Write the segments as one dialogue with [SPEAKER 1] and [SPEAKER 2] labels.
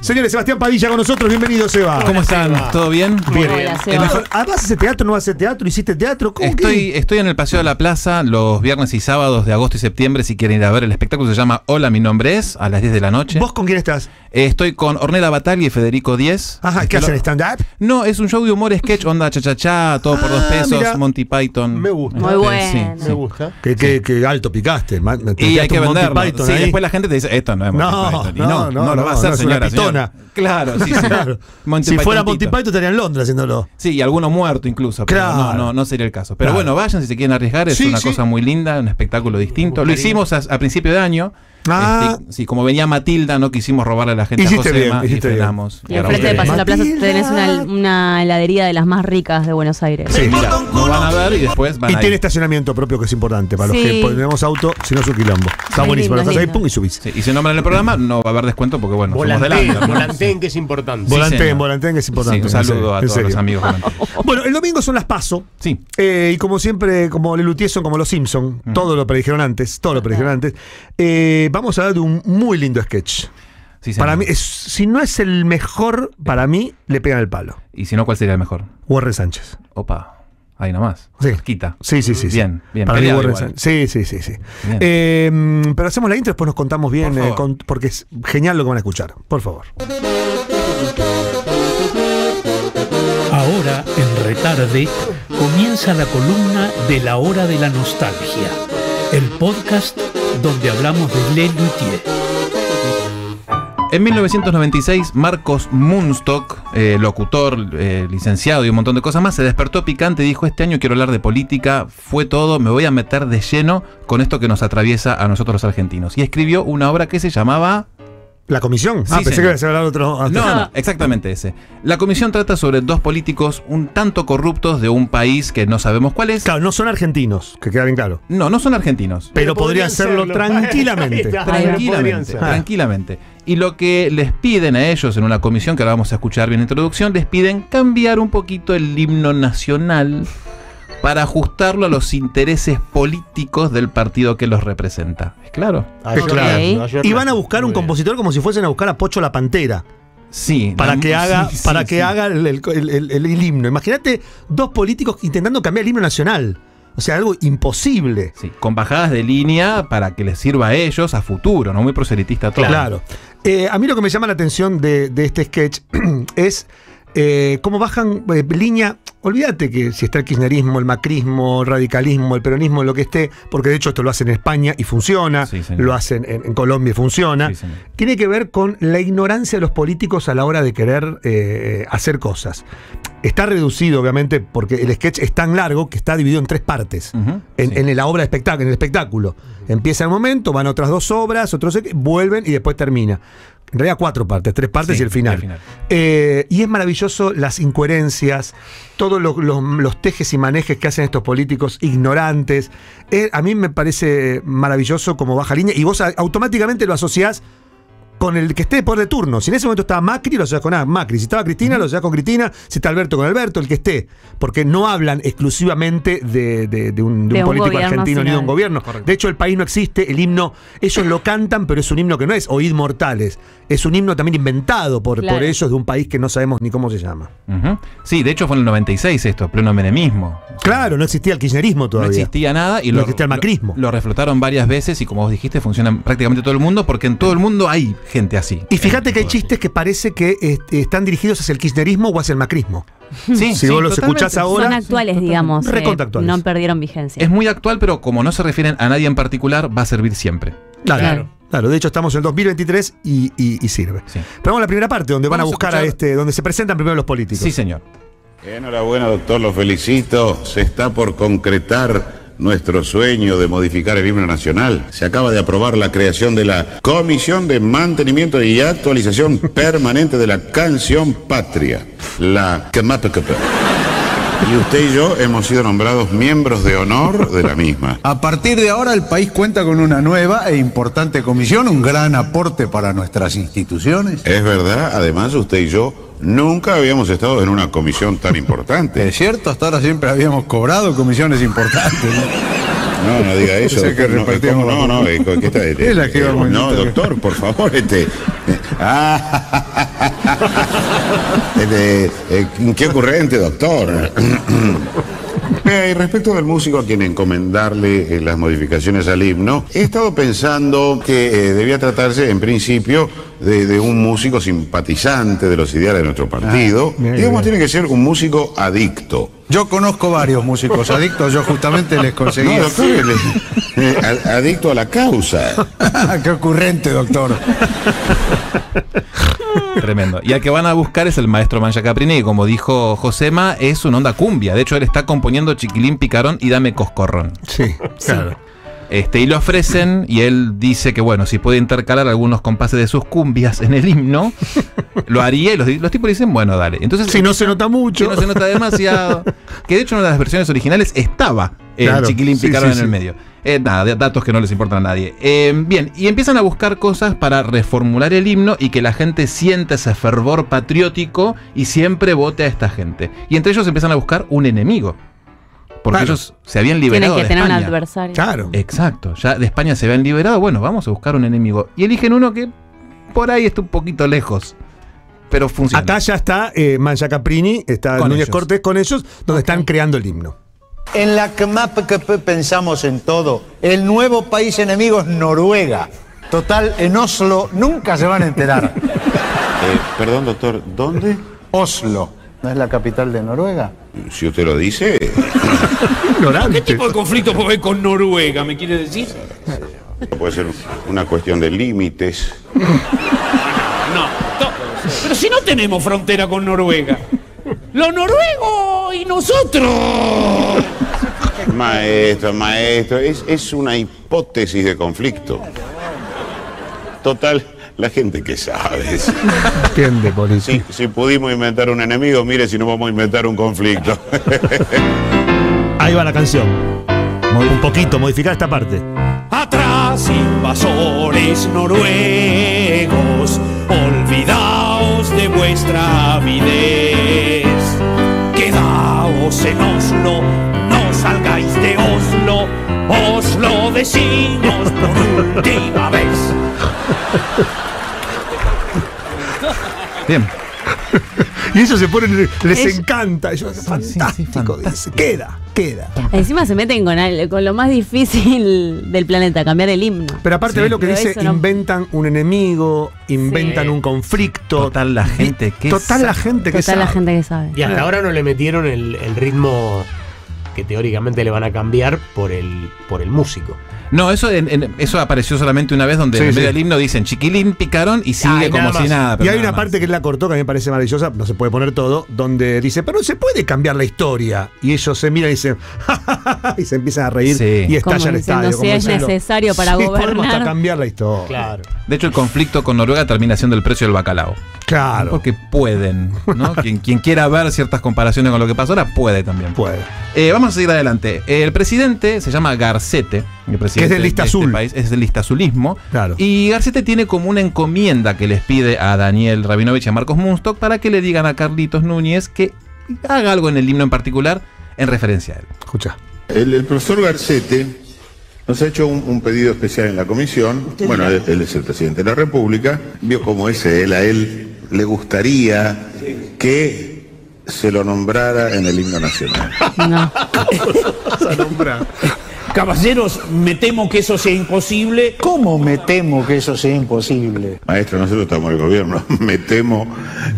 [SPEAKER 1] Señores, Sebastián Padilla con nosotros, bienvenido Seba. Ah,
[SPEAKER 2] ¿Cómo están? ¿Todo bien?
[SPEAKER 1] Bien.
[SPEAKER 3] Hola,
[SPEAKER 1] El
[SPEAKER 3] Seba.
[SPEAKER 1] mejor- Además hace teatro, no hace teatro, hiciste teatro, ¿cómo
[SPEAKER 2] Estoy, estoy en el Paseo de la Plaza los viernes y sábados de agosto y septiembre. Si quieren ir a ver el espectáculo, se llama Hola, mi nombre es, a las 10 de la
[SPEAKER 1] que?
[SPEAKER 2] noche.
[SPEAKER 1] ¿Vos con quién estás?
[SPEAKER 2] Eh, estoy con Ornella Batali y Federico Díez.
[SPEAKER 1] Ajá, ¿qué
[SPEAKER 2] Este,
[SPEAKER 1] hacen?
[SPEAKER 2] lo-
[SPEAKER 1] ¿Stand-up?
[SPEAKER 2] No, es un show de humor, sketch, onda cha-cha-cha, todo por dos
[SPEAKER 1] Ah,
[SPEAKER 2] pesos,
[SPEAKER 1] mira.
[SPEAKER 2] Monty Python.
[SPEAKER 1] Me gusta.
[SPEAKER 3] Muy
[SPEAKER 2] Este,
[SPEAKER 3] bueno.
[SPEAKER 2] sí,
[SPEAKER 3] Me
[SPEAKER 2] sí.
[SPEAKER 4] gusta.
[SPEAKER 1] Que, que, que alto picaste, man.
[SPEAKER 2] Y hay
[SPEAKER 1] Tiraste
[SPEAKER 2] que
[SPEAKER 1] un Monty
[SPEAKER 2] venderlo.
[SPEAKER 1] Python
[SPEAKER 2] sí,
[SPEAKER 1] ahí.
[SPEAKER 2] después la gente te dice, esto no es Monty
[SPEAKER 1] No,
[SPEAKER 2] Python. Y
[SPEAKER 1] no,
[SPEAKER 2] no, no,
[SPEAKER 1] no,
[SPEAKER 2] lo va a
[SPEAKER 1] no,
[SPEAKER 2] hacer,
[SPEAKER 1] no, es una
[SPEAKER 2] señora. señor.
[SPEAKER 1] pitona.
[SPEAKER 2] Claro, sí, sí.
[SPEAKER 1] Claro.
[SPEAKER 2] Monty
[SPEAKER 1] si fuera
[SPEAKER 2] Pythoncito.
[SPEAKER 1] Monty Python estaría en Londres haciéndolo.
[SPEAKER 2] Sí, y alguno muerto incluso. Pero
[SPEAKER 1] Claro.
[SPEAKER 2] no, no, no sería el caso. Pero
[SPEAKER 1] Claro.
[SPEAKER 2] bueno, vayan si se quieren arriesgar. Es
[SPEAKER 1] Sí,
[SPEAKER 2] una
[SPEAKER 1] sí.
[SPEAKER 2] cosa muy linda, un espectáculo distinto. Lo hicimos a, a principio de año.
[SPEAKER 1] Ah.
[SPEAKER 2] Este, sí, como venía Matilda, no quisimos robarle a la gente
[SPEAKER 1] Hiciste
[SPEAKER 2] a Josema
[SPEAKER 1] bien, hiciste
[SPEAKER 2] y
[SPEAKER 1] bien.
[SPEAKER 2] frenamos.
[SPEAKER 3] Y enfrente de
[SPEAKER 2] grabamos
[SPEAKER 3] Paseo de la Plaza
[SPEAKER 1] Matilda.
[SPEAKER 3] tenés una, una heladería de las más ricas de Buenos Aires.
[SPEAKER 1] Sí.
[SPEAKER 2] el- Mira, nos van a ver y después van
[SPEAKER 1] Y
[SPEAKER 2] a
[SPEAKER 1] tiene
[SPEAKER 2] ir.
[SPEAKER 1] estacionamiento propio que es importante para los
[SPEAKER 3] Sí.
[SPEAKER 1] que ponemos auto, si no es un quilombo. Está buenísimo,
[SPEAKER 3] Es
[SPEAKER 1] lo
[SPEAKER 3] lindo, es
[SPEAKER 1] estás ahí,
[SPEAKER 3] lindo.
[SPEAKER 1] pum, y subís.
[SPEAKER 2] Sí, y si nombran el programa, no va a haber descuento porque, bueno, somos de
[SPEAKER 4] Volanteen,
[SPEAKER 2] Lander, ¿no?
[SPEAKER 4] volanteen, que es importante.
[SPEAKER 2] Sí,
[SPEAKER 1] Volantén,
[SPEAKER 2] señor.
[SPEAKER 1] volantén, que es importante,
[SPEAKER 2] Sí, un
[SPEAKER 1] en
[SPEAKER 2] saludo
[SPEAKER 1] serio,
[SPEAKER 2] a
[SPEAKER 1] en
[SPEAKER 2] todos
[SPEAKER 1] serio.
[SPEAKER 2] los amigos. volantes.
[SPEAKER 1] Bueno, el domingo son las PASO.
[SPEAKER 2] Sí.
[SPEAKER 1] Eh, y como siempre, como Lelutier son como los Simpson, todo lo predijeron antes, todo lo predijeron antes. Eh, vamos a hablar de un muy lindo sketch.
[SPEAKER 2] sí,
[SPEAKER 1] Para
[SPEAKER 2] señor.
[SPEAKER 1] mí, es- si no es el mejor, para mí, le pegan el palo.
[SPEAKER 2] Y si no, ¿cuál sería el mejor?
[SPEAKER 1] Warren Sánchez.
[SPEAKER 2] Opa, ahí nomás.
[SPEAKER 1] Sí.
[SPEAKER 2] Quita.
[SPEAKER 1] Sí, sí, sí. sí.
[SPEAKER 2] Bien, bien,
[SPEAKER 1] Para mí,
[SPEAKER 2] peleado
[SPEAKER 1] Warren
[SPEAKER 2] igual.
[SPEAKER 1] Sánchez. Sí, sí, sí. sí.
[SPEAKER 2] Bien.
[SPEAKER 1] Eh, mm, pero hacemos la intro, después nos contamos bien,
[SPEAKER 2] Por
[SPEAKER 1] eh,
[SPEAKER 2] favor.
[SPEAKER 1] con- porque es genial lo que van a escuchar. Por favor.
[SPEAKER 5] Ahora, en Retarde, comienza la columna de la hora de la nostalgia, el podcast donde hablamos de Le Luthier.
[SPEAKER 2] En 1996, Marcos Munstock, eh, locutor, eh, licenciado y un montón de cosas más, se despertó picante y dijo, este año quiero hablar de política, fue todo, me voy a meter de lleno con esto que nos atraviesa a nosotros los argentinos. Y escribió una obra que se llamaba...
[SPEAKER 1] ¿La comisión?
[SPEAKER 2] Sí,
[SPEAKER 1] ah, pensé
[SPEAKER 2] señor.
[SPEAKER 1] que se hablar otro. otro-
[SPEAKER 2] No, no, exactamente ese. La comisión trata sobre dos políticos un tanto corruptos de un país que no sabemos cuál es.
[SPEAKER 1] Claro, no son argentinos, que queda bien claro.
[SPEAKER 2] No, no son argentinos.
[SPEAKER 1] Pero podrían serlo tranquilamente.
[SPEAKER 4] Ahí está, Ah, pero podrían
[SPEAKER 2] Tranquilamente,
[SPEAKER 1] Ah.
[SPEAKER 4] ser.
[SPEAKER 2] tranquilamente. Y lo que les piden a ellos en una comisión, que ahora vamos a escuchar bien en introducción, les piden cambiar un poquito el himno nacional para ajustarlo a los intereses políticos del partido que los representa. ¿Es claro?
[SPEAKER 1] Es claro.
[SPEAKER 4] Ayer
[SPEAKER 1] Y
[SPEAKER 4] no.
[SPEAKER 1] van a buscar
[SPEAKER 4] Muy
[SPEAKER 1] un
[SPEAKER 4] bien.
[SPEAKER 1] compositor como si fuesen a buscar a Pocho la Pantera
[SPEAKER 2] Sí.
[SPEAKER 1] para
[SPEAKER 2] la-
[SPEAKER 1] que haga,
[SPEAKER 2] sí, sí,
[SPEAKER 1] para que
[SPEAKER 2] sí.
[SPEAKER 1] haga el, el- el- el- el himno. Imagínate dos políticos intentando cambiar el himno nacional. O sea, algo imposible.
[SPEAKER 2] Sí, con bajadas de línea para que les sirva a ellos a futuro, ¿no? Muy proselitista todo.
[SPEAKER 1] Claro. Eh, a mí lo que me llama la atención de, de este sketch es eh, cómo bajan eh, línea. Olvídate que si está el kirchnerismo, el macrismo, el radicalismo, el peronismo, lo que esté, porque de hecho esto lo hacen en España y funciona,
[SPEAKER 2] Sí, señor.
[SPEAKER 1] lo hacen en, en Colombia y funciona.
[SPEAKER 2] Sí, señor.
[SPEAKER 1] tiene que ver con la ignorancia de los políticos a la hora de querer eh, hacer cosas. Está reducido, obviamente, porque el sketch es tan largo que está dividido en tres partes.
[SPEAKER 2] Ujú,
[SPEAKER 1] En,
[SPEAKER 2] sí.
[SPEAKER 1] en la obra de espectáculo, en el espectáculo. Empieza el momento, van otras dos obras, otros vuelven y después termina. En realidad cuatro partes, tres partes
[SPEAKER 2] Sí,
[SPEAKER 1] y el final.
[SPEAKER 2] y el final.
[SPEAKER 1] Eh, y es maravilloso las incoherencias, todos los, los- los tejes y manejes que hacen estos políticos ignorantes. Eh, a mí me parece maravilloso como baja línea y vos a- automáticamente lo asociás con el que esté de poder de turno. Si en ese momento estaba Macri, lo asociás con ah, Macri. Si estaba Cristina, lo asociás con Cristina. Si está Alberto, con Alberto, el que esté. Porque no hablan exclusivamente de, de- de un, de
[SPEAKER 3] De
[SPEAKER 1] un
[SPEAKER 3] un
[SPEAKER 1] político
[SPEAKER 3] gobierno
[SPEAKER 1] argentino ni de un
[SPEAKER 3] nacional.
[SPEAKER 1] gobierno. De hecho, el país no existe, el himno, ellos lo cantan, pero es un himno que no es Oíd Mortales. Es un himno también inventado por,
[SPEAKER 3] Claro.
[SPEAKER 1] por ellos de un país que no sabemos ni cómo se llama.
[SPEAKER 2] Ujú. Sí, de hecho fue en el 96 esto, pleno menemismo. O sea,
[SPEAKER 1] Claro, no existía el kirchnerismo todavía.
[SPEAKER 2] No existía nada y
[SPEAKER 1] No
[SPEAKER 2] lo,
[SPEAKER 1] existía el macrismo.
[SPEAKER 2] Lo, lo reflotaron varias veces y como vos dijiste, funciona en prácticamente todo el mundo porque en todo el mundo hay gente así.
[SPEAKER 1] Y fíjate que hay
[SPEAKER 2] Todo así.
[SPEAKER 1] chistes que parece que eh, están dirigidos hacia el kirchnerismo o hacia el macrismo.
[SPEAKER 2] Sí,
[SPEAKER 1] Si
[SPEAKER 2] sí,
[SPEAKER 1] vos los
[SPEAKER 2] totalmente.
[SPEAKER 1] escuchás ahora-
[SPEAKER 3] Son actuales, digamos. eh,
[SPEAKER 1] Recontra actuales.
[SPEAKER 3] no perdieron vigencia.
[SPEAKER 2] Es muy actual, pero como no se refieren a nadie en particular, va a servir siempre.
[SPEAKER 1] Claro. Claro.
[SPEAKER 3] Claro.
[SPEAKER 1] de hecho estamos en el 2023 y, y- y sirve.
[SPEAKER 2] Sí.
[SPEAKER 1] Pero vamos a la primera parte, donde van a
[SPEAKER 2] Vamos a
[SPEAKER 1] buscar a,
[SPEAKER 2] escuchar-
[SPEAKER 1] este, donde se presentan primero los políticos.
[SPEAKER 2] Sí, señor.
[SPEAKER 6] Enhorabuena, doctor, lo felicito. Se está por concretar nuestro sueño de modificar el himno nacional. Se acaba de aprobar la creación de la Comisión de Mantenimiento y Actualización Permanente de la Canción Patria, la CMAPKP. Y usted y yo hemos sido nombrados miembros de honor de la misma.
[SPEAKER 7] A partir de ahora el país cuenta con una nueva e importante comisión, un gran aporte para nuestras instituciones.
[SPEAKER 6] Es verdad, además usted y yo nunca habíamos estado en una comisión tan importante.
[SPEAKER 7] Es cierto, hasta ahora siempre habíamos cobrado comisiones importantes. ¿no?
[SPEAKER 6] No, no diga eso.
[SPEAKER 7] Esa que
[SPEAKER 6] doctor, no,
[SPEAKER 7] repartimos.
[SPEAKER 6] ¿cómo? No, no, eh, ¿qué está? Eh,
[SPEAKER 7] Es la que
[SPEAKER 6] eh,
[SPEAKER 7] vamos a
[SPEAKER 6] No,
[SPEAKER 7] invitar.
[SPEAKER 6] doctor, por favor, este. eh, ah, Este, eh, qué ocurrente, doctor. Eh, y respecto del músico a quien encomendarle eh, las modificaciones al himno, he estado pensando que eh, debía tratarse en principio de, de un músico simpatizante de los ideales de nuestro partido.
[SPEAKER 1] Ah, mira qué
[SPEAKER 6] Digamos,
[SPEAKER 1] bien.
[SPEAKER 6] tiene que ser un músico adicto.
[SPEAKER 7] Yo conozco varios músicos adictos, yo justamente les conseguí.
[SPEAKER 6] No, doctor, el- eh, a- adicto a la causa.
[SPEAKER 7] Qué ocurrente, doctor.
[SPEAKER 2] Tremendo. Y al que van a buscar es el maestro Mancha Caprini, que como dijo Josema, es una onda cumbia. De hecho, él está componiendo Chiquilín Picarón y Dame Coscorrón.
[SPEAKER 1] Sí, claro.
[SPEAKER 2] Este, y lo ofrecen, y él dice que bueno, si puede intercalar algunos compases de sus cumbias en el himno, lo haría y los, los tipos dicen, bueno, dale. Entonces,
[SPEAKER 1] Si no se nota
[SPEAKER 2] si
[SPEAKER 1] mucho.
[SPEAKER 2] no se nota demasiado. Que de hecho en una de las versiones originales estaba el
[SPEAKER 1] Claro,
[SPEAKER 2] chiquilín
[SPEAKER 1] sí,
[SPEAKER 2] picaron
[SPEAKER 1] sí,
[SPEAKER 2] en
[SPEAKER 1] sí.
[SPEAKER 2] el medio. Eh, nada, de- datos que no les importan a nadie. Eh, bien, y empiezan a buscar cosas para reformular el himno y que la gente sienta ese fervor patriótico y siempre vote a esta gente. Y entre ellos empiezan a buscar un enemigo. Porque
[SPEAKER 1] Claro.
[SPEAKER 2] ellos se habían
[SPEAKER 3] Tienen
[SPEAKER 2] liberado
[SPEAKER 3] que
[SPEAKER 2] de
[SPEAKER 3] tener un
[SPEAKER 2] España.
[SPEAKER 3] adversario.
[SPEAKER 1] Claro.
[SPEAKER 2] Eh, Exacto, ya de España se habían liberado, bueno, vamos a buscar un enemigo. Y eligen uno que por ahí está un poquito lejos, pero funciona.
[SPEAKER 1] Acá ya está eh, Mancha Caprini, está
[SPEAKER 2] Con
[SPEAKER 1] Núñez
[SPEAKER 2] ellos.
[SPEAKER 1] Cortés con ellos, donde están creando el himno.
[SPEAKER 8] En la CMAPKP pensamos en todo. El nuevo país enemigo es Noruega. Total, en Oslo nunca se van a enterar.
[SPEAKER 6] Eh, perdón, doctor, ¿dónde?
[SPEAKER 8] Oslo. ¿No es la capital de Noruega?
[SPEAKER 6] Si usted lo dice.
[SPEAKER 1] Ignorante.
[SPEAKER 4] ¿Qué tipo de conflicto puede haber con Noruega, me quiere decir?
[SPEAKER 6] Puede ser una cuestión de límites.
[SPEAKER 4] No. to- Pero si no tenemos frontera con Noruega. Los noruegos y nosotros.
[SPEAKER 6] Maestro, maestro, es, es una hipótesis de conflicto. Total, la gente que sabe. Si,
[SPEAKER 1] Entiende, policía.
[SPEAKER 6] si- si pudimos inventar un enemigo, mire si no vamos a inventar un conflicto.
[SPEAKER 9] Ahí va la canción. Un poquito, modificar esta parte.
[SPEAKER 4] Atrás, invasores noruegos, olvidaos de vuestra avidez. Quedaos en Oslo, no salgáis de Oslo, os lo decimos por última vez.
[SPEAKER 2] Bien.
[SPEAKER 1] Y ellos se ponen, les
[SPEAKER 3] Es-
[SPEAKER 1] encanta. Ellos, fantástico, dice. Queda, queda.
[SPEAKER 3] Encima se meten con, al- con lo más difícil del planeta, cambiar el himno.
[SPEAKER 1] Pero aparte ve lo que
[SPEAKER 3] Pero
[SPEAKER 1] dice,
[SPEAKER 3] eso no-
[SPEAKER 1] inventan un enemigo, inventan
[SPEAKER 3] Sí.
[SPEAKER 1] un conflicto.
[SPEAKER 2] Total, la gente que
[SPEAKER 1] Total la
[SPEAKER 2] sabe.
[SPEAKER 1] gente este que
[SPEAKER 3] Total, la
[SPEAKER 1] sabe.
[SPEAKER 3] gente que sabe.
[SPEAKER 9] Y hasta ahora no le metieron el, el ritmo que teóricamente le van a cambiar por el, por el músico.
[SPEAKER 2] No, eso, en- en- eso apareció solamente una vez donde
[SPEAKER 1] Sí,
[SPEAKER 2] en medio
[SPEAKER 1] sí.
[SPEAKER 2] del himno dicen chiquilín, picaron y sigue
[SPEAKER 9] Ay,
[SPEAKER 2] como
[SPEAKER 9] nada
[SPEAKER 2] si
[SPEAKER 9] más.
[SPEAKER 2] nada. Ah, pero
[SPEAKER 1] Y hay
[SPEAKER 2] nada
[SPEAKER 1] una
[SPEAKER 2] más.
[SPEAKER 1] parte que él la cortó que a mí me parece maravillosa, no se puede poner todo, donde dice, pero no se puede cambiar la historia. Y ellos se miran y dicen, "Ja, ja, ja, ja", y se empiezan a reír
[SPEAKER 2] Sí.
[SPEAKER 1] y
[SPEAKER 3] Como
[SPEAKER 1] estalla el
[SPEAKER 3] diciendo,
[SPEAKER 1] estadio.
[SPEAKER 3] si es necesario para
[SPEAKER 1] "Sí, podemos hasta
[SPEAKER 3] gobernar".
[SPEAKER 1] cambiar la historia.
[SPEAKER 2] De hecho, el conflicto con Noruega termina siendo el precio del bacalao.
[SPEAKER 1] Claro.
[SPEAKER 2] Porque pueden, ¿no? quien, quien quiera ver ciertas comparaciones con lo que pasó ahora, puede también.
[SPEAKER 1] Puede.
[SPEAKER 2] Eh, vamos a seguir adelante. Eh, El presidente se llama Garcete. El presidente
[SPEAKER 1] Que es del lista
[SPEAKER 2] este
[SPEAKER 1] azul.
[SPEAKER 2] país, es del lista azulismo.
[SPEAKER 1] Claro.
[SPEAKER 2] Y Garcete tiene como una encomienda que les pide a Daniel Rabinovich y a Marcos Munstock para que le digan a Carlitos Núñez que haga algo en el himno en particular en referencia a él.
[SPEAKER 1] Escucha.
[SPEAKER 6] El, el profesor Garcete nos ha hecho un, un pedido especial en la comisión. Bueno, él, él es el presidente de la República. Vio cómo es él. A él le gustaría que se lo nombrara en el himno nacional.
[SPEAKER 3] No.
[SPEAKER 9] Caballeros, me temo que eso sea imposible.
[SPEAKER 8] ¿Cómo me temo que eso sea imposible?
[SPEAKER 6] Maestro, nosotros estamos en el gobierno. Metemos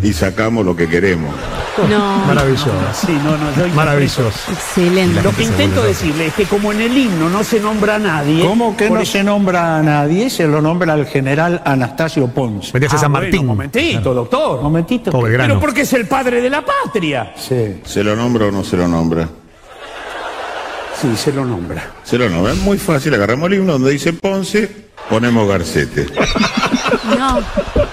[SPEAKER 6] y sacamos lo que queremos.
[SPEAKER 3] No.
[SPEAKER 1] Maravilloso.
[SPEAKER 9] Ah, Sí, no, no, yo
[SPEAKER 1] Maravilloso.
[SPEAKER 3] Excelente.
[SPEAKER 2] La
[SPEAKER 9] Lo
[SPEAKER 2] gente
[SPEAKER 9] que
[SPEAKER 2] se
[SPEAKER 9] intento
[SPEAKER 2] vuelve
[SPEAKER 9] decirle es que como en el himno no se nombra a nadie.
[SPEAKER 8] ¿Cómo que
[SPEAKER 9] por
[SPEAKER 8] no
[SPEAKER 9] eso-
[SPEAKER 8] se nombra a nadie? Se lo nombra al general Anastasio Ponce.
[SPEAKER 1] Metías a San
[SPEAKER 9] Ah, bueno,
[SPEAKER 1] Martín.
[SPEAKER 9] un momentito, doctor.
[SPEAKER 8] Momentito. que-
[SPEAKER 1] Belgrano.
[SPEAKER 9] Pero porque es el padre de la patria.
[SPEAKER 8] Sí,
[SPEAKER 6] ¿Se lo nombra o no se lo nombra?
[SPEAKER 8] sí, se lo nombra.
[SPEAKER 6] Se lo nombra. Es muy fácil. Agarramos el himno donde dice Ponce, ponemos Garcete.
[SPEAKER 3] No.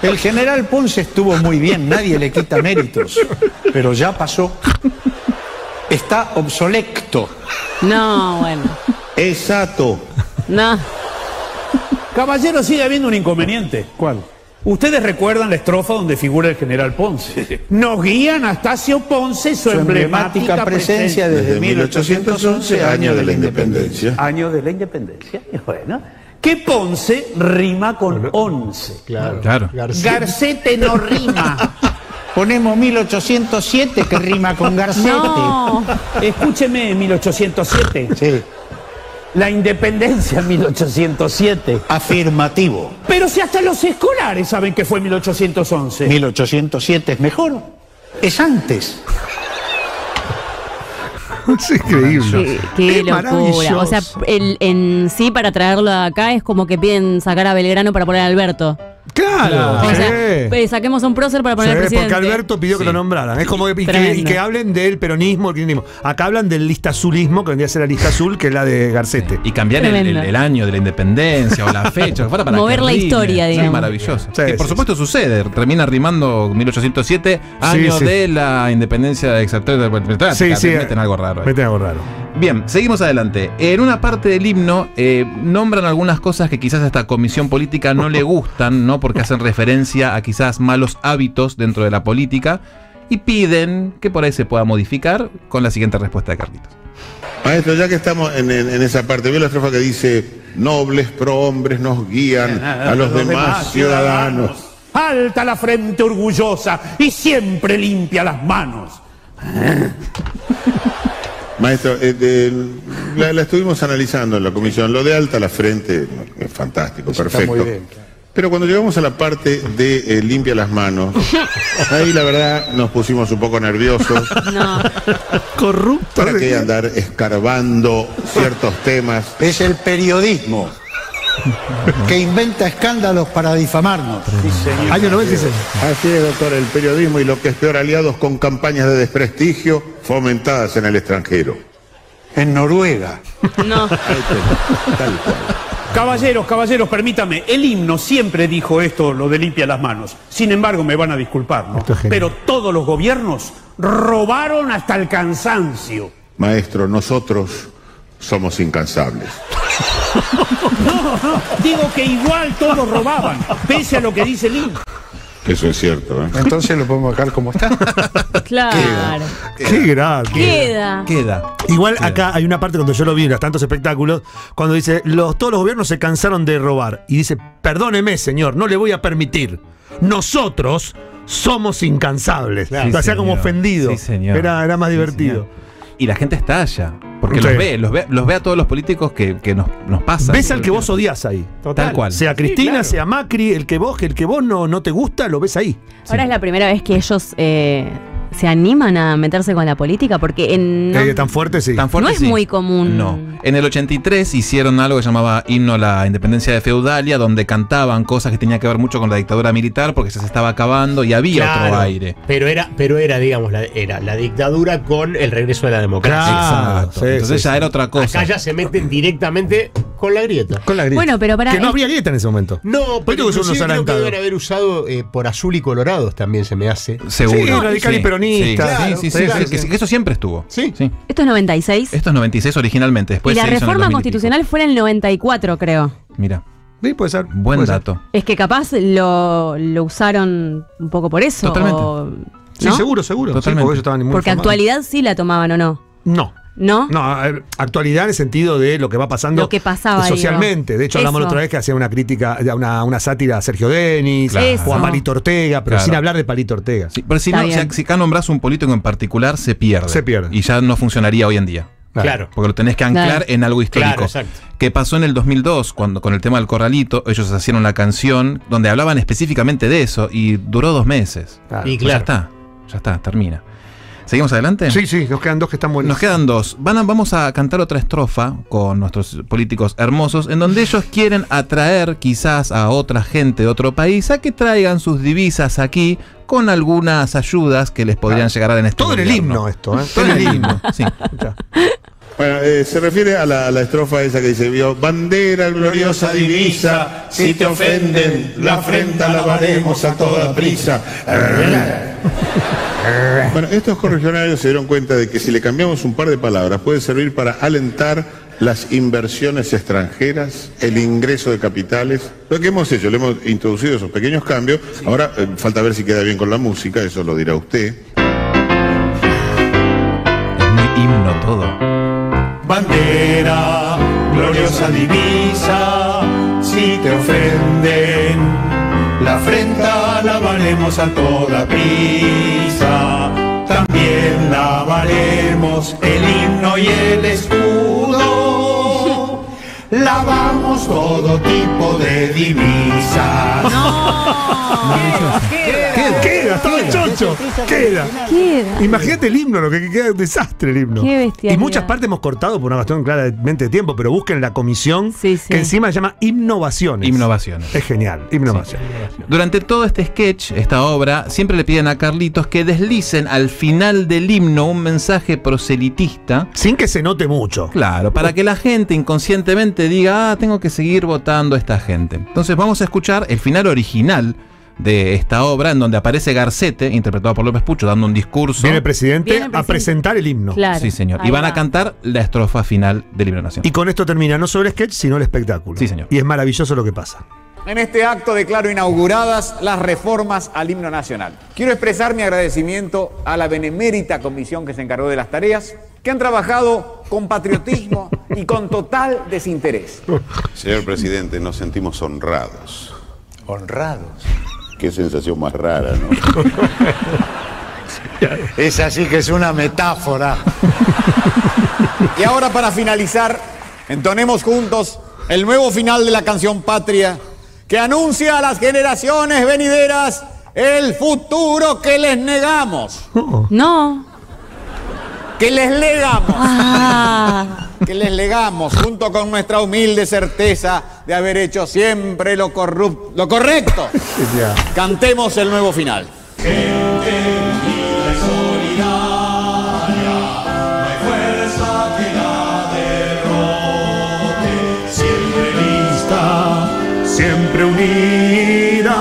[SPEAKER 8] El general Ponce estuvo muy bien, nadie le quita méritos, pero ya pasó. Está obsolecto.
[SPEAKER 3] No, bueno.
[SPEAKER 6] Exacto.
[SPEAKER 3] No.
[SPEAKER 9] Caballero, sigue habiendo un inconveniente.
[SPEAKER 8] ¿Cuál?
[SPEAKER 9] Ustedes recuerdan la estrofa donde figura el general Ponce. Nos guía Anastasio Ponce su,
[SPEAKER 8] Su emblemática presencia desde 1811, año de la independencia.
[SPEAKER 9] Año de la independencia. Y Bueno, que Ponce rima con once.
[SPEAKER 2] Claro.
[SPEAKER 9] Garcete no rima.
[SPEAKER 8] Ponemos 1807 que rima con Garcete.
[SPEAKER 3] No.
[SPEAKER 4] Escúcheme, 1807.
[SPEAKER 8] Sí.
[SPEAKER 4] La independencia 1807.
[SPEAKER 8] Ah. Afirmativo.
[SPEAKER 4] Pero si hasta los escolares saben que fue 1811.
[SPEAKER 8] 1807 es mejor. Es antes.
[SPEAKER 1] Es increíble.
[SPEAKER 3] Qué, qué
[SPEAKER 1] Es
[SPEAKER 3] locura. O sea,
[SPEAKER 1] maravilloso.
[SPEAKER 3] el- en sí, para traerlo acá es como que piden sacar a Belgrano para poner a Alberto.
[SPEAKER 1] Claro.
[SPEAKER 3] O sea,
[SPEAKER 1] sí.
[SPEAKER 3] eh, saquemos a un prócer para poner
[SPEAKER 1] Sí,
[SPEAKER 3] al presidente.
[SPEAKER 1] porque Alberto pidió que
[SPEAKER 2] Sí.
[SPEAKER 1] lo nombraran. Es como que, y, que,
[SPEAKER 3] Tremendo.
[SPEAKER 1] y que hablen del peronismo, el kirchnerismo. Acá hablan del listazulismo, que vendría a ser la lista azul, que es la de Garcete.
[SPEAKER 2] Y cambiar el,
[SPEAKER 3] Tremendo.
[SPEAKER 2] el- el año de la independencia o la fecha, que fuera para
[SPEAKER 3] Mover
[SPEAKER 2] que
[SPEAKER 3] la
[SPEAKER 2] rime.
[SPEAKER 3] historia,
[SPEAKER 2] Sí,
[SPEAKER 3] digamos.
[SPEAKER 2] maravilloso.
[SPEAKER 1] Sí,
[SPEAKER 2] que por
[SPEAKER 1] sí,
[SPEAKER 2] supuesto sucede, termina rimando 1807, año
[SPEAKER 1] sí.
[SPEAKER 2] de la independencia de Exatlántica.
[SPEAKER 1] Sí, sí.
[SPEAKER 2] Meten algo raro. ahí.
[SPEAKER 1] Meten algo raro.
[SPEAKER 2] Bien, seguimos adelante. En una parte del himno eh, nombran algunas cosas que quizás a esta comisión política no le gustan, ¿no? Porque hacen referencia a quizás malos hábitos dentro de la política y piden que por ahí se pueda modificar con la siguiente respuesta de Carlitos.
[SPEAKER 6] Maestro, ya que estamos en, en- en esa parte, veo la estrofa que dice, nobles prohombres nos guían a Ah, los demás ciudadanos.
[SPEAKER 4] Alta la frente orgullosa y siempre limpia las manos.
[SPEAKER 6] Maestro, eh, de- la, la estuvimos analizando en la comisión. Lo de alta la frente es fantástico, perfecto.
[SPEAKER 7] muy bien,
[SPEAKER 6] Pero cuando llegamos a la parte de eh, limpia las manos, ahí la verdad nos pusimos un poco nerviosos.
[SPEAKER 3] No.
[SPEAKER 1] Corrupto.
[SPEAKER 6] ¿Para qué andar escarbando ciertos temas?
[SPEAKER 8] Es el periodismo que inventa escándalos para difamarnos.
[SPEAKER 1] Año 96.
[SPEAKER 6] Así es, doctor, el periodismo y lo que es peor, aliados con campañas de desprestigio fomentadas en el extranjero.
[SPEAKER 8] En Noruega.
[SPEAKER 3] No.
[SPEAKER 6] Tal cual.
[SPEAKER 4] Caballeros, caballeros, permítame, el himno siempre dijo esto, lo de limpia las manos. Sin embargo, me van a disculpar, ¿no?
[SPEAKER 1] Esto es genial.
[SPEAKER 4] Pero todos los gobiernos robaron hasta el cansancio.
[SPEAKER 6] Maestro, nosotros somos incansables.
[SPEAKER 4] No, no, digo que igual todos robaban, pese a lo que dice el himno.
[SPEAKER 6] Eso es cierto, ¿eh?
[SPEAKER 7] Entonces lo podemos dejar como está.
[SPEAKER 3] Claro.
[SPEAKER 1] Qué grande.
[SPEAKER 3] Queda.
[SPEAKER 2] Queda.
[SPEAKER 1] Igual acá hay una parte cuando yo lo vi en los tantos espectáculos, cuando dice, los, todos los gobiernos se cansaron de robar. Y dice, perdóneme, señor, no le voy a permitir. Nosotros somos incansables.
[SPEAKER 2] Sí,
[SPEAKER 1] lo hacía como
[SPEAKER 2] señor.
[SPEAKER 1] ofendido.
[SPEAKER 2] Sí, señor.
[SPEAKER 1] Era, era más
[SPEAKER 2] Sí,
[SPEAKER 1] divertido.
[SPEAKER 2] señor. Y la gente estalla, porque
[SPEAKER 1] Sí.
[SPEAKER 2] los, ve, los ve, los ve a todos los políticos que, que nos, nos pasan.
[SPEAKER 1] Ves al que vos odias ahí.
[SPEAKER 2] Tal cual.
[SPEAKER 1] Sea Cristina, sea Macri, el que vos, el que vos no, no te gusta, lo ves ahí.
[SPEAKER 3] Ahora es la primera vez que ellos eh, se animan a meterse con la política porque en.
[SPEAKER 1] Eh, tan fuerte, sí.
[SPEAKER 2] Tan fuerte,
[SPEAKER 3] No es
[SPEAKER 2] sí.
[SPEAKER 3] muy común.
[SPEAKER 2] No. En el 83 hicieron algo que llamaba Himno a la Independencia de Feudalia, donde cantaban cosas que tenían que ver mucho con la dictadura militar porque ya se estaba acabando y había
[SPEAKER 9] Claro,
[SPEAKER 2] otro aire.
[SPEAKER 9] Pero era, pero era digamos, la, era la dictadura con el regreso de la democracia.
[SPEAKER 1] Ah,
[SPEAKER 2] Exacto.
[SPEAKER 1] sí,
[SPEAKER 2] Entonces
[SPEAKER 1] sí,
[SPEAKER 2] ya
[SPEAKER 1] sí.
[SPEAKER 2] era otra cosa.
[SPEAKER 9] Acá ya se meten directamente con la grieta.
[SPEAKER 1] Con la grieta.
[SPEAKER 3] Bueno, pero para- Mm.
[SPEAKER 1] Que no habría grieta en ese momento.
[SPEAKER 10] No,
[SPEAKER 1] Pero
[SPEAKER 10] pero
[SPEAKER 1] que
[SPEAKER 10] inclusive
[SPEAKER 1] son unos
[SPEAKER 10] creo que
[SPEAKER 1] adelantados.
[SPEAKER 10] deben haber usado eh, por azul y colorados también se me hace.
[SPEAKER 2] Seguro.
[SPEAKER 1] Sí, radical y peronista.
[SPEAKER 2] Sí,
[SPEAKER 10] Claro,
[SPEAKER 2] sí, sí,
[SPEAKER 10] sí,
[SPEAKER 2] sí,
[SPEAKER 10] sí,
[SPEAKER 2] que-
[SPEAKER 10] sí.
[SPEAKER 2] que Eso siempre estuvo.
[SPEAKER 10] Sí.
[SPEAKER 3] Esto es 96.
[SPEAKER 2] Esto es 96 originalmente. Después
[SPEAKER 3] y la
[SPEAKER 2] se hizo en el
[SPEAKER 3] reforma
[SPEAKER 2] 2000 y pico.
[SPEAKER 3] constitucional fue en el 94, creo.
[SPEAKER 2] Mira,
[SPEAKER 1] Sí, puede ser.
[SPEAKER 2] buen
[SPEAKER 1] puede ser.
[SPEAKER 2] dato.
[SPEAKER 3] Es que capaz lo, lo usaron un poco por eso.
[SPEAKER 2] Totalmente.
[SPEAKER 3] o-
[SPEAKER 1] Sí,
[SPEAKER 3] ¿no?
[SPEAKER 1] seguro, seguro. Sí,
[SPEAKER 2] Totalmente.
[SPEAKER 1] porque ellos estaban muy
[SPEAKER 3] Porque
[SPEAKER 1] informados.
[SPEAKER 3] actualidad sí la tomaban o no.
[SPEAKER 1] No.
[SPEAKER 3] ¿No?
[SPEAKER 1] No, a ver, actualidad en el sentido de lo que va pasando
[SPEAKER 3] Lo que pasaba,
[SPEAKER 1] socialmente.
[SPEAKER 3] digo.
[SPEAKER 1] De hecho, hablamos la
[SPEAKER 3] Eso.
[SPEAKER 1] otra vez que hacía una crítica, una, una sátira a Sergio Denis
[SPEAKER 2] Claro.
[SPEAKER 1] o a
[SPEAKER 3] Eso.
[SPEAKER 1] Palito Ortega, pero
[SPEAKER 2] Claro.
[SPEAKER 1] sin hablar de Palito Ortega.
[SPEAKER 2] Sí, pero si,
[SPEAKER 3] Está
[SPEAKER 2] no, si,
[SPEAKER 3] bien.
[SPEAKER 2] si acá nombras un político en particular, se pierde.
[SPEAKER 1] Se pierde.
[SPEAKER 2] Y ya no funcionaría hoy en día.
[SPEAKER 9] Claro.
[SPEAKER 2] Porque lo tenés que anclar
[SPEAKER 3] Claro.
[SPEAKER 2] en algo histórico.
[SPEAKER 9] Claro, exacto.
[SPEAKER 2] Que pasó en el 2002, cuando con el tema del corralito, ellos hicieron la canción donde hablaban específicamente de eso y duró dos meses.
[SPEAKER 9] Y
[SPEAKER 2] Pues Ya
[SPEAKER 9] claro.
[SPEAKER 2] está, ya está, termina. ¿Seguimos adelante?
[SPEAKER 1] Sí, sí, nos quedan dos que están buenos.
[SPEAKER 2] Nos quedan dos. Van a- vamos a cantar otra estrofa con nuestros políticos hermosos, en donde ellos quieren atraer quizás a otra gente de otro país a que traigan sus divisas aquí con algunas ayudas que les podrían llegar a dar en este
[SPEAKER 1] Todo en el
[SPEAKER 2] gobierno.
[SPEAKER 1] himno esto, ¿eh?
[SPEAKER 2] Todo en el himno, sí.
[SPEAKER 6] Bueno, eh, se refiere a la, a la estrofa esa que dice, vio, bandera gloriosa divisa, si te ofenden, la afrenta lavaremos a toda prisa. Bueno, estos corregionarios se dieron cuenta de que si le cambiamos un par de palabras puede servir para alentar las inversiones extranjeras, el ingreso de capitales. Lo que hemos hecho, le hemos introducido esos pequeños cambios. Ahora eh, falta ver si queda bien con la música, eso lo dirá usted.
[SPEAKER 2] Es muy himno todo.
[SPEAKER 6] Bandera, gloriosa divisa, si te ofenden,
[SPEAKER 4] La afrenta lavaremos a toda prisa. También lavaremos el himno y el escudo. Lavamos todo tipo de divisas.
[SPEAKER 1] Queda, queda, estaba el chocho. Queda.
[SPEAKER 3] Queda.
[SPEAKER 1] Imagínate el himno, lo que queda es un desastre el himno.
[SPEAKER 3] Qué
[SPEAKER 1] Y
[SPEAKER 3] bestialidad.
[SPEAKER 1] muchas partes hemos cortado por una cuestión claramente de tiempo, pero busquen la comisión que encima se llama Innovaciones.
[SPEAKER 2] Innovaciones.
[SPEAKER 1] Es genial, Innovaciones.
[SPEAKER 2] Durante todo este sketch, esta obra, siempre le piden a Carlitos que deslicen al final del himno un mensaje proselitista.
[SPEAKER 1] Sin que se note mucho.
[SPEAKER 2] Claro, para que la gente inconscientemente diga, ah, tengo que seguir votando a esta gente. Entonces vamos a escuchar el final original de esta obra, en donde aparece Garcete, interpretado por López Pucho, dando un discurso.
[SPEAKER 1] Viene el presidente
[SPEAKER 3] Viene el
[SPEAKER 1] a
[SPEAKER 3] presidente.
[SPEAKER 1] presentar el himno.
[SPEAKER 3] Claro.
[SPEAKER 2] Sí, señor.
[SPEAKER 3] Ahí
[SPEAKER 2] Y van
[SPEAKER 3] va.
[SPEAKER 2] a cantar la estrofa final del libro nacional.
[SPEAKER 1] Y con esto termina no solo el sketch, sino el espectáculo.
[SPEAKER 2] Sí, señor.
[SPEAKER 1] Y es maravilloso lo que pasa.
[SPEAKER 8] En este acto declaro inauguradas las reformas al himno nacional. Quiero expresar mi agradecimiento a la benemérita comisión que se encargó de las tareas, que han trabajado con patriotismo y con total desinterés.
[SPEAKER 6] Señor presidente, nos sentimos honrados.
[SPEAKER 11] Honrados.
[SPEAKER 6] Qué sensación más rara, ¿no?
[SPEAKER 11] Es así que es una metáfora.
[SPEAKER 8] Y ahora para finalizar, entonemos juntos el nuevo final de la canción Patria, que anuncia a las generaciones venideras el futuro que les negamos,
[SPEAKER 3] No.
[SPEAKER 8] que les legamos.
[SPEAKER 3] Ah.
[SPEAKER 8] que les legamos junto con nuestra humilde certeza de haber hecho siempre lo, corrup- lo correcto. Cantemos el nuevo final.
[SPEAKER 4] fuerza que la derrote, siempre lista, siempre unida,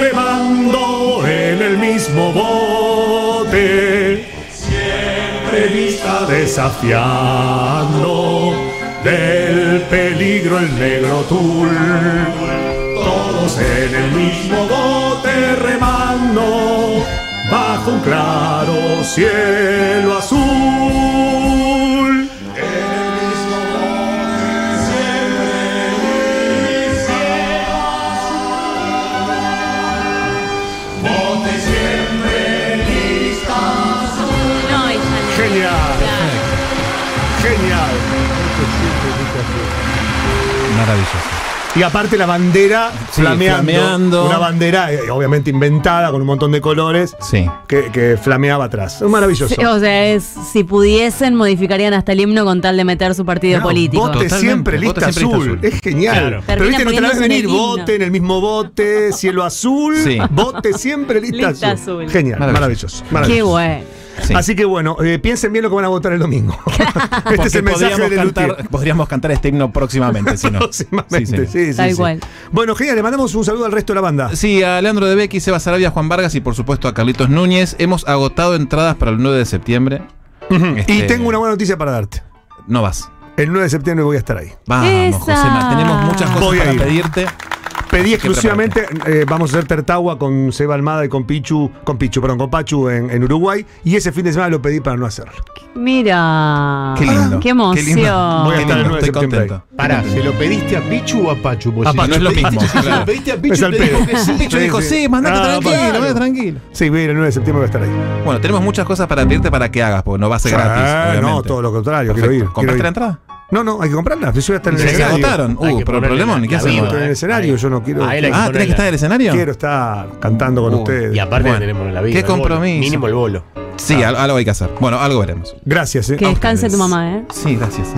[SPEAKER 4] remando en el mismo bote, siempre lista desafiando del peligro el negro tul. Todos en el mismo bote remando bajo un claro cielo azul.
[SPEAKER 3] No, ella
[SPEAKER 1] Genial. Genial.
[SPEAKER 2] Maravilloso.
[SPEAKER 1] Y aparte la bandera
[SPEAKER 2] Sí,
[SPEAKER 1] flameando,
[SPEAKER 2] flameando.
[SPEAKER 1] Una bandera eh, obviamente inventada con un montón de colores
[SPEAKER 2] Sí.
[SPEAKER 1] que, que flameaba atrás. Maravilloso.
[SPEAKER 3] Sí, O sea, es, si pudiesen, modificarían hasta el himno con tal de meter su partido
[SPEAKER 1] No,
[SPEAKER 3] político.
[SPEAKER 1] Vote
[SPEAKER 2] Totalmente,
[SPEAKER 1] siempre, lista,
[SPEAKER 2] vote siempre lista
[SPEAKER 1] azul.
[SPEAKER 2] azul.
[SPEAKER 1] Es genial.
[SPEAKER 12] Claro.
[SPEAKER 1] Pero viste, no te la ves
[SPEAKER 3] Termina
[SPEAKER 1] venir.
[SPEAKER 3] poniendo un
[SPEAKER 1] Vote en el mismo bote, cielo azul.
[SPEAKER 2] Sí.
[SPEAKER 1] Vote siempre, lista,
[SPEAKER 3] Lista
[SPEAKER 1] azul.
[SPEAKER 3] azul.
[SPEAKER 1] Genial, maravilloso.
[SPEAKER 2] Maravilloso.
[SPEAKER 3] Qué
[SPEAKER 1] maravilloso.
[SPEAKER 3] bueno.
[SPEAKER 2] Sí.
[SPEAKER 1] Así que bueno, eh, piensen bien lo que van a votar el domingo. este
[SPEAKER 2] Porque
[SPEAKER 1] es el mensaje
[SPEAKER 2] podríamos
[SPEAKER 1] de Lutier.
[SPEAKER 2] cantar, podríamos cantar este himno próximamente, si no. Sí,
[SPEAKER 1] Próximamente,
[SPEAKER 2] señor.
[SPEAKER 1] sí, sí,
[SPEAKER 3] Tal
[SPEAKER 1] sí.
[SPEAKER 3] cual.
[SPEAKER 1] Bueno, genial, le mandamos un saludo al resto de la banda.
[SPEAKER 2] Sí, a Leandro de Becky, Seba Sarabia, Juan Vargas y por supuesto a Carlitos Núñez. Hemos agotado entradas para el 9 de septiembre.
[SPEAKER 1] Y
[SPEAKER 2] Este,
[SPEAKER 1] tengo una buena noticia para darte.
[SPEAKER 2] No vas.
[SPEAKER 1] El 9 de septiembre voy a estar ahí.
[SPEAKER 2] Vamos,
[SPEAKER 3] Esa.
[SPEAKER 2] Josema. Tenemos muchas cosas
[SPEAKER 1] Voy a
[SPEAKER 2] para
[SPEAKER 1] ir.
[SPEAKER 2] pedirte.
[SPEAKER 1] Pedí exclusivamente, eh, vamos a hacer Tertagua con Seba Almada y con Pichu, con Pichu, perdón, con Pachu en, en Uruguay. Y ese fin de semana lo pedí para no hacerlo.
[SPEAKER 3] Mira.
[SPEAKER 2] Qué lindo.
[SPEAKER 3] Qué
[SPEAKER 2] Qué lindo.
[SPEAKER 1] Voy a
[SPEAKER 2] Qué
[SPEAKER 1] estar el 9
[SPEAKER 2] lindo,
[SPEAKER 1] de
[SPEAKER 2] Estoy
[SPEAKER 1] septiembre ahí.
[SPEAKER 2] contento.
[SPEAKER 9] Pará, ¿se lo pediste a Pichu o a Pachu? Porque
[SPEAKER 2] A
[SPEAKER 9] si
[SPEAKER 2] Pachu,
[SPEAKER 9] se lo
[SPEAKER 2] no es lo
[SPEAKER 9] pediste-
[SPEAKER 2] mismo,
[SPEAKER 9] Si se
[SPEAKER 2] claro.
[SPEAKER 9] lo pediste a
[SPEAKER 1] Es
[SPEAKER 9] Pichu,
[SPEAKER 1] al
[SPEAKER 9] te dijo
[SPEAKER 1] pedo.
[SPEAKER 9] que sí.
[SPEAKER 2] Pichu dijo, sí, mandate
[SPEAKER 1] Ah,
[SPEAKER 2] tranquilo,
[SPEAKER 1] bueno.
[SPEAKER 2] mandate tranquilo.
[SPEAKER 1] Sí, voy a ir el 9 de septiembre voy a estar ahí.
[SPEAKER 2] Bueno, tenemos muchas cosas para pedirte para que hagas, porque no va a ser gratis.
[SPEAKER 1] Ah, no,
[SPEAKER 2] obviamente.
[SPEAKER 1] todo lo contrario,
[SPEAKER 2] Perfecto.
[SPEAKER 1] quiero ir.
[SPEAKER 2] ¿Compraste
[SPEAKER 1] quiero
[SPEAKER 2] la
[SPEAKER 1] ir.
[SPEAKER 2] entrada?
[SPEAKER 1] No, no, hay que comprarla. Yo voy a estar en el
[SPEAKER 2] Ya se
[SPEAKER 1] escenario.
[SPEAKER 2] agotaron.
[SPEAKER 12] Hay
[SPEAKER 2] Uh,
[SPEAKER 12] que
[SPEAKER 2] pero el
[SPEAKER 12] ponerle
[SPEAKER 2] problema, ¿qué
[SPEAKER 12] la
[SPEAKER 2] hacemos?
[SPEAKER 12] viva,
[SPEAKER 1] en el escenario, yo no quiero-
[SPEAKER 12] Ahí la hay
[SPEAKER 2] Ah, ¿tenés que
[SPEAKER 12] ponerle.
[SPEAKER 2] estar en el escenario?
[SPEAKER 1] Quiero estar cantando con
[SPEAKER 2] Uh.
[SPEAKER 1] ustedes.
[SPEAKER 12] Y aparte
[SPEAKER 2] Bueno,
[SPEAKER 12] tenemos la vida.
[SPEAKER 2] qué
[SPEAKER 12] el bolo.
[SPEAKER 2] compromiso.
[SPEAKER 12] Mínimo el bolo.
[SPEAKER 2] Sí, al- algo hay que hacer. Bueno, algo veremos.
[SPEAKER 1] Gracias, eh.
[SPEAKER 3] Que descanse tu mamá, ¿eh?
[SPEAKER 2] Sí, gracias.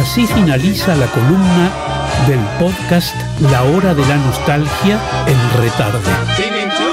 [SPEAKER 5] Así finaliza la columna del podcast La Hora de la Nostalgia, el retarde.
[SPEAKER 4] Sin hinchar